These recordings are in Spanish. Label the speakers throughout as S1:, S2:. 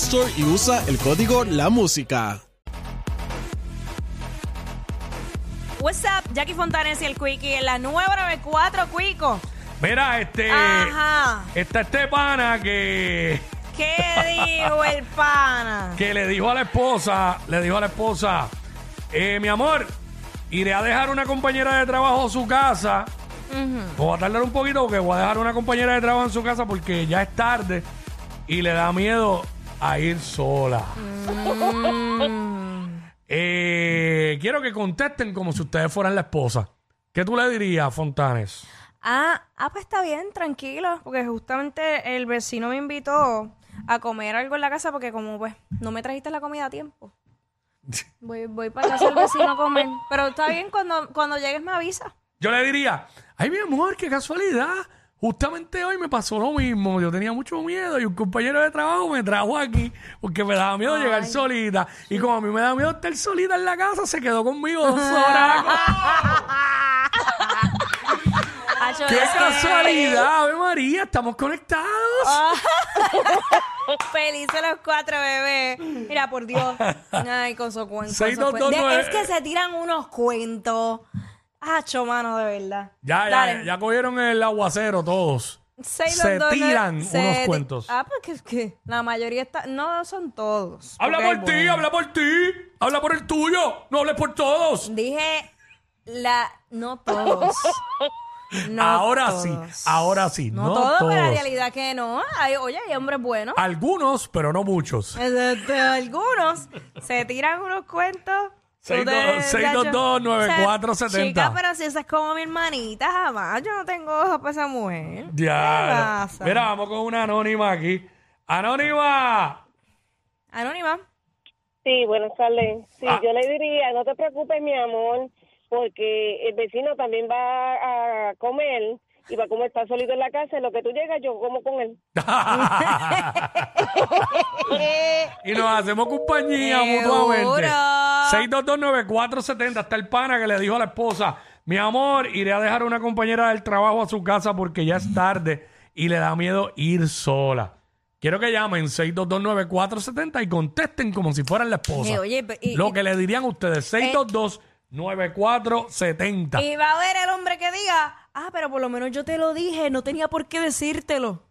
S1: Store y usa el código La Música.
S2: What's up, Jackie Fontanes y el Quickie en la 994 Cuico.
S3: Mira, este.
S2: Ajá.
S3: Está este pana que,
S2: ¿Qué dijo el pana?
S3: que le dijo a la esposa, le dijo a la esposa, eh, mi amor, iré a dejar una compañera de trabajo a su casa. Voy a tardar un poquito porque voy a dejar una compañera de trabajo en su casa porque ya es tarde y le da miedo a ir sola. Eh, quiero que contesten como si ustedes fueran la esposa. ¿Qué tú le dirías, Fontanes?
S2: Ah, ah, pues está bien, tranquilo, porque justamente el vecino me invitó a comer algo en la casa porque como pues no me trajiste la comida a tiempo. Voy, voy para casa del vecino a comer. Pero está bien, cuando, cuando llegues me avisa.
S3: Yo le diría, ay mi amor, qué casualidad. Justamente hoy me pasó lo mismo. Yo tenía mucho miedo y un compañero de trabajo me trajo aquí porque me daba miedo llegar solita. Y como a mí me da miedo estar solita en la casa, se quedó conmigo dos horas.
S2: Acho,
S3: ¡Qué
S2: es que-
S3: casualidad! ¡Ave María! ¡Estamos conectados!
S2: Ah, Felices los cuatro, bebé. Mira, por Dios. Ay, con su cuento.
S3: Seis, dos, dos, nueve.
S2: Es que se tiran unos cuentos. Hacho, mano, de verdad.
S3: Ya, ya,
S2: Dale.
S3: ya cogieron el aguacero todos.
S2: Seis,
S3: se
S2: dos, dos, nueve.
S3: tiran
S2: Se
S3: unos
S2: ti-
S3: cuentos.
S2: Ah, porque es que la mayoría está. No son todos.
S3: Habla
S2: Ok,
S3: por ti,
S2: bueno.
S3: habla por ti, habla por el tuyo, no hables por todos.
S2: Dije la. No todos. No
S3: ahora
S2: todos.
S3: sí, ahora sí, no,
S2: No, todos, pero la
S3: todos.
S2: realidad que no. Hay- oye, hay hombres buenos.
S3: Algunos, pero no muchos.
S2: Este, algunos se tiran unos cuentos.
S3: Seis
S2: Tú
S3: dos-
S2: te-
S3: seis
S2: gacho.
S3: dos dos nueve
S2: O sea,
S3: cuatro setenta.
S2: Chica, pero si esa es como mi hermanita, jamás. Yo no tengo ojos para esa mujer.
S3: Ya.
S2: ¿Qué pasa?
S3: no. Mira, vamos con una anónima aquí. Anónima.
S2: Anónima.
S4: Sí, buenas tardes. Sí,
S3: Ah.
S4: yo le diría, no te preocupes, mi amor, porque el vecino también va a comer y va a comer, está solito en la casa, en lo que tú llegas yo como con él.
S2: Eh,
S3: y nos hacemos compañía
S2: Seguro.
S3: mutuamente. 6229470 está el pana que le dijo a la esposa, mi amor, iré a dejar a una compañera del trabajo a su casa porque ya es tarde y le da miedo ir sola. Quiero que llamen 6229470 y contesten como si fueran la esposa.
S2: Eh, oye, pe- y- Eh,
S3: Lo que le dirían ustedes, 6229470.
S2: Y va a haber el hombre que diga, ah, pero por lo menos yo te lo dije, no tenía por qué decírtelo.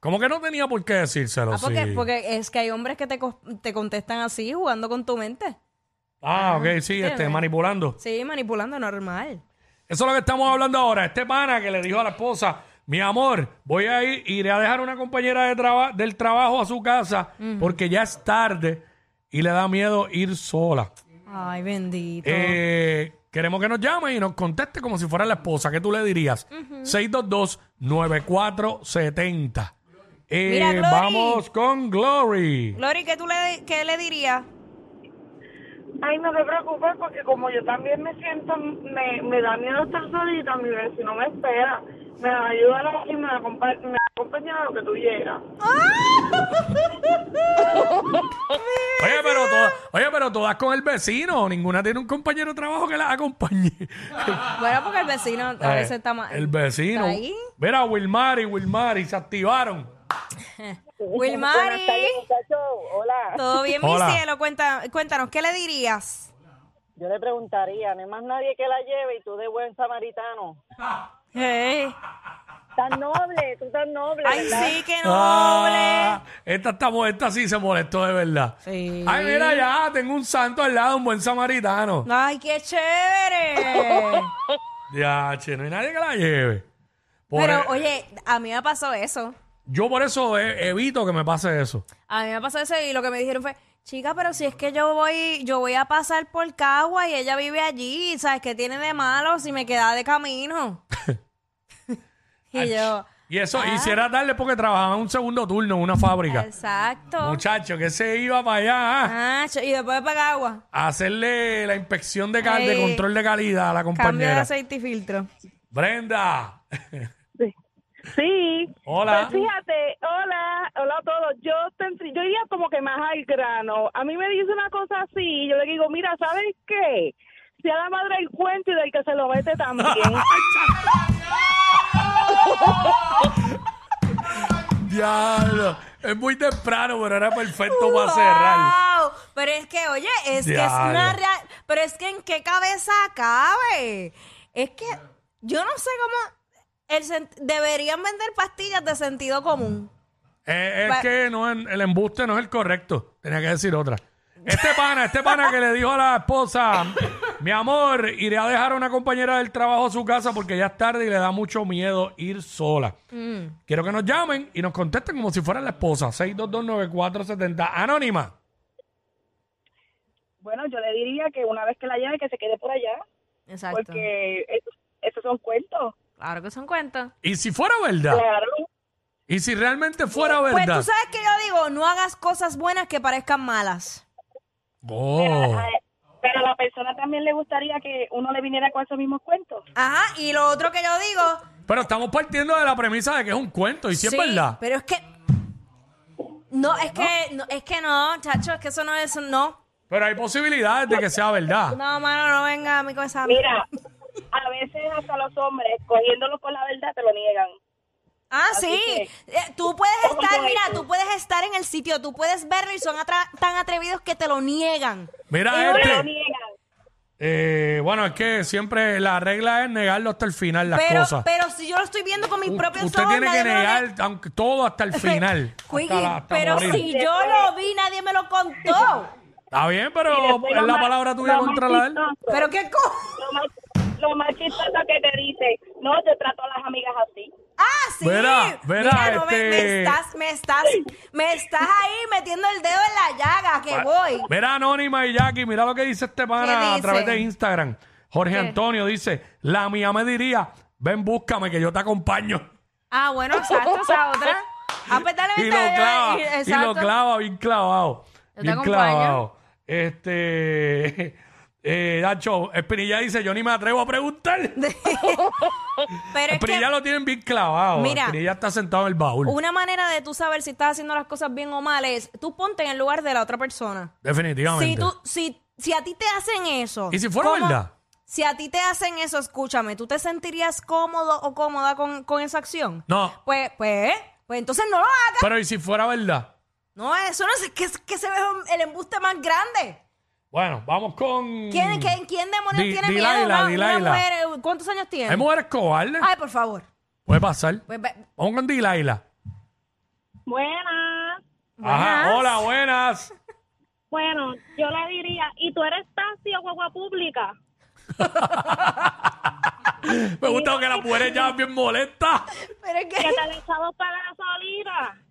S3: Como que no tenía por qué decírselo.
S2: Ah, porque,
S3: sí.
S2: porque es que hay hombres que te, co- te contestan así, jugando con tu mente.
S3: Ah, ok, sí, este, manipulando.
S2: Sí, manipulando, normal.
S3: Eso es lo que estamos hablando ahora. Este pana que le dijo a la esposa, mi amor, voy a ir, iré a dejar una compañera de traba- del trabajo a su casa porque ya es tarde y le da miedo ir sola.
S2: Ay, bendito.
S3: Eh, queremos que nos llame y nos conteste como si fuera la esposa. ¿Qué tú le dirías? 622-9470. Eh,
S2: Mira, Glory.
S3: vamos con Glory.
S2: Glory, ¿qué tú le, qué le dirías?
S5: Ay, no te preocupes porque como yo también me siento, me, me da miedo estar solita, mi vecino me espera, me da ayuda y me acompaña, me acompaña a lo que tú llegas.
S3: Oye, pero todas, oye, pero todas con el vecino. Ninguna tiene un compañero de trabajo que la acompañe.
S2: Bueno, porque el vecino a veces está mal.
S3: Eh, El vecino.
S2: ¿Está ahí?
S3: Mira, Wilmar y Wilmar y se activaron.
S2: Wilmari,
S4: Buenas tardes, muchachos. Hola.
S2: todo bien, mi
S3: Hola.
S2: cielo. Cuenta, cuéntanos, ¿qué le dirías?
S4: Yo le preguntaría, no hay más nadie que la lleve y tú de buen samaritano.
S2: Hey.
S4: Tan noble, tú tan noble.
S2: Ay,
S4: ¿verdad?
S2: sí, que noble.
S3: Ah, esta, está mo- esta sí se molestó de verdad.
S2: Sí.
S3: Ay, mira ya, tengo un santo al lado, un buen samaritano.
S2: Ay, qué chévere.
S3: Ya, che, no hay nadie que la lleve. Por
S2: Pero,
S3: e-
S2: oye, a mí me pasó eso.
S3: Yo por eso eh, evito que me pase eso.
S2: A mí me pasó eso y lo que me dijeron fue, chica, pero si es que yo voy, yo voy a pasar por Cagua y ella vive allí, ¿sabes qué tiene de malo si me queda de camino? y yo,
S3: Y eso,
S2: Ah.
S3: y si era tarde porque trabajaba en un segundo turno en una fábrica.
S2: exacto.
S3: Muchacho, que se iba para allá ah,
S2: Ah, cho- y después de Pacagua,
S3: a hacerle la inspección de, cal- de
S2: Ay.
S3: control de calidad a la
S2: cambio de
S3: compañera.
S2: aceite y filtro.
S3: Brenda.
S4: Sí. Sí.
S3: Hola.
S4: Pues fíjate, hola, hola a todos. Yo, tendrí- yo iría como que más al grano. A mí me dice una cosa así y yo le digo, mira, ¿sabes qué? Sea la madre el cuento y del que se lo mete también.
S3: Diablo. Es muy temprano, pero era perfecto para cerrar.
S2: ¡Wow! Pero es que, oye, es que es
S3: Diablo.
S2: una real... Pero es que en qué cabeza cabe. Es que yo no sé cómo... el sen- Deberían vender pastillas de sentido común.
S3: Eh, es
S2: Pa-
S3: que no, en- el embuste no es el correcto. Tenía que decir otra. Este pana, este pana que le dijo a la esposa, mi amor, iré a dejar a una compañera del trabajo a su casa porque ya es tarde y le da mucho miedo ir sola.
S2: Mm,
S3: Quiero que nos llamen y nos contesten como si fuera la esposa. 6229470, anónima.
S5: Bueno, yo le diría que una vez que la lleve, que se quede por allá,
S2: Exacto.
S5: porque esos, esos son cuentos.
S2: Claro que son cuentos.
S3: Y si fuera verdad,
S5: Claro.
S3: y si realmente fuera
S2: Pues
S3: verdad.
S2: tú sabes que yo digo, no hagas cosas buenas que parezcan malas.
S3: Oh.
S5: Pero a la persona también le gustaría que uno le viniera con esos mismos cuentos.
S2: Ajá, y lo otro que yo digo...
S3: Pero estamos partiendo de la premisa de que es un cuento y si
S2: Sí,
S3: es verdad.
S2: Pero es que... No, es que no, es que no, chacho, es que eso no es... No,
S3: Pero hay posibilidades de que sea verdad.
S2: no, mano, no venga a mí con esa...
S5: Mira, a veces hasta los hombres, cogiéndolo con la verdad, te lo niegan.
S2: Ah,
S5: Así
S2: sí.
S5: que,
S2: Eh, tú puedes
S5: ojo
S2: estar,
S5: con
S2: mira,
S5: eso.
S2: tú puedes estar en el sitio, tú puedes verlo y son atra- tan atrevidos que te lo niegan.
S3: Mira
S5: Te lo
S3: este.
S5: niegan.
S3: Eh, bueno, es que siempre la regla es negarlo hasta el final las
S2: Pero,
S3: cosas.
S2: pero si yo lo estoy viendo con mis
S3: U-
S2: propios
S3: Usted
S2: ojos,
S3: tiene
S2: nadie
S3: que
S2: me lo
S3: negar
S2: nega.
S3: aunque- todo hasta el final.
S2: Quickie,
S3: hasta la- hasta
S2: pero
S3: morir.
S2: si yo lo vi, nadie me lo contó.
S3: Está bien, pero
S5: Después
S3: es
S5: lo
S3: la
S5: más-
S3: palabra tuya
S5: lo más
S3: contra la de él.
S5: chistoso,
S2: Pero qué co...
S5: Lo más, lo más chistoso que te dice, no, te trato a las amigas así.
S2: Ah, sí.
S3: Verá, verá,
S2: Mira, no, me- me,
S3: este-
S2: estás, me estás, me estás ahí metiendo el dedo en la llaga, que voy.
S3: Ah, Mira Anónima y Jackie, mira lo que dice este
S2: ¿Qué
S3: pana a
S2: dice?
S3: través de Instagram. Jorge Antonio dice, la mía me diría, ven búscame que yo te acompaño.
S2: Ah, bueno, exacto, esa otra. Ah, pues dale,
S3: y lo
S2: vente, dale,
S3: clava,
S2: y-
S3: y
S2: exacto.
S3: lo clava bien clavado.
S2: Yo te
S3: bien
S2: acompaño.
S3: clavado. Este, eh, Nacho, Espinilla dice, yo ni me atrevo a preguntar.
S2: Pero es que
S3: Espinilla lo tienen bien clavado.
S2: Mira.
S3: Espinilla está sentado en el baúl.
S2: Una manera de tú saber si estás haciendo las cosas bien o mal es tú ponte en el lugar de la otra persona. Si,
S3: Definitivamente.
S2: tú, si, si a ti te hacen eso.
S3: ¿Y si fuera
S2: ¿cómo-
S3: verdad?
S2: Si a ti te hacen eso, escúchame, ¿tú te sentirías cómodo o cómoda con, con esa acción?
S3: No,
S2: Pues, pues, pues entonces no lo hagas.
S3: pero ¿y si fuera verdad?
S2: No, eso no es que, que se ve el embuste más grande.
S3: Bueno, vamos con...
S2: ¿Quién, quién, quién demonios
S3: Mm. Di-
S2: tiene
S3: Dilaila,
S2: miedo? Una- una
S3: Dilaila.
S2: mujer, eh, ¿Cuántos años tiene?
S3: Hay mujeres cobardes.
S2: Ay, por favor.
S3: Puede pasar.
S2: Pues, ve-
S3: Vamos con Dilaila.
S6: Buenas.
S3: Ajá,
S2: Buenas.
S3: hola, buenas.
S6: Bueno, yo le diría, ¿y tú eres taxi o guagua pública?
S3: Me gusta que las mujeres ya bien molestas.
S2: Pero es
S6: Que
S2: que...
S6: te han echado para la gasolina.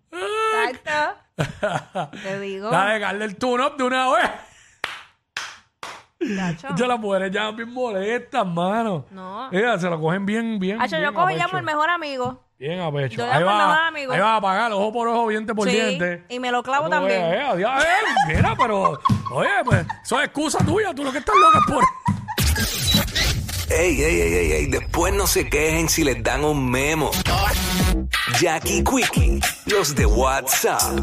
S2: Exacto. Te digo,
S3: Dale, darle el tune-up de una vez.
S2: chacho.
S3: Ya las mujeres ya bien molestas, mano.
S2: No.
S3: Mira, se lo cogen bien, bien.
S2: Hacho, yo
S3: bien
S2: cojo
S3: a
S2: y llamo
S3: pecho.
S2: al mejor amigo.
S3: Bien a pecho.
S2: Yo
S3: ahí,
S2: llamo al mejor
S3: va,
S2: amigo.
S3: ahí va a pagar ojo por ojo, diente por
S2: Sí,
S3: diente.
S2: y me lo clavo
S3: Tú
S2: también.
S3: ves, eh, adiós, eh, mira, pero. Oye, pues, eso es excusa tuya. Tú lo que estás loca es por.
S7: Ey, ey, ey, ey, ey, después no se quejen si les dan un memo. Jackie Quickie, los de WhatsApp.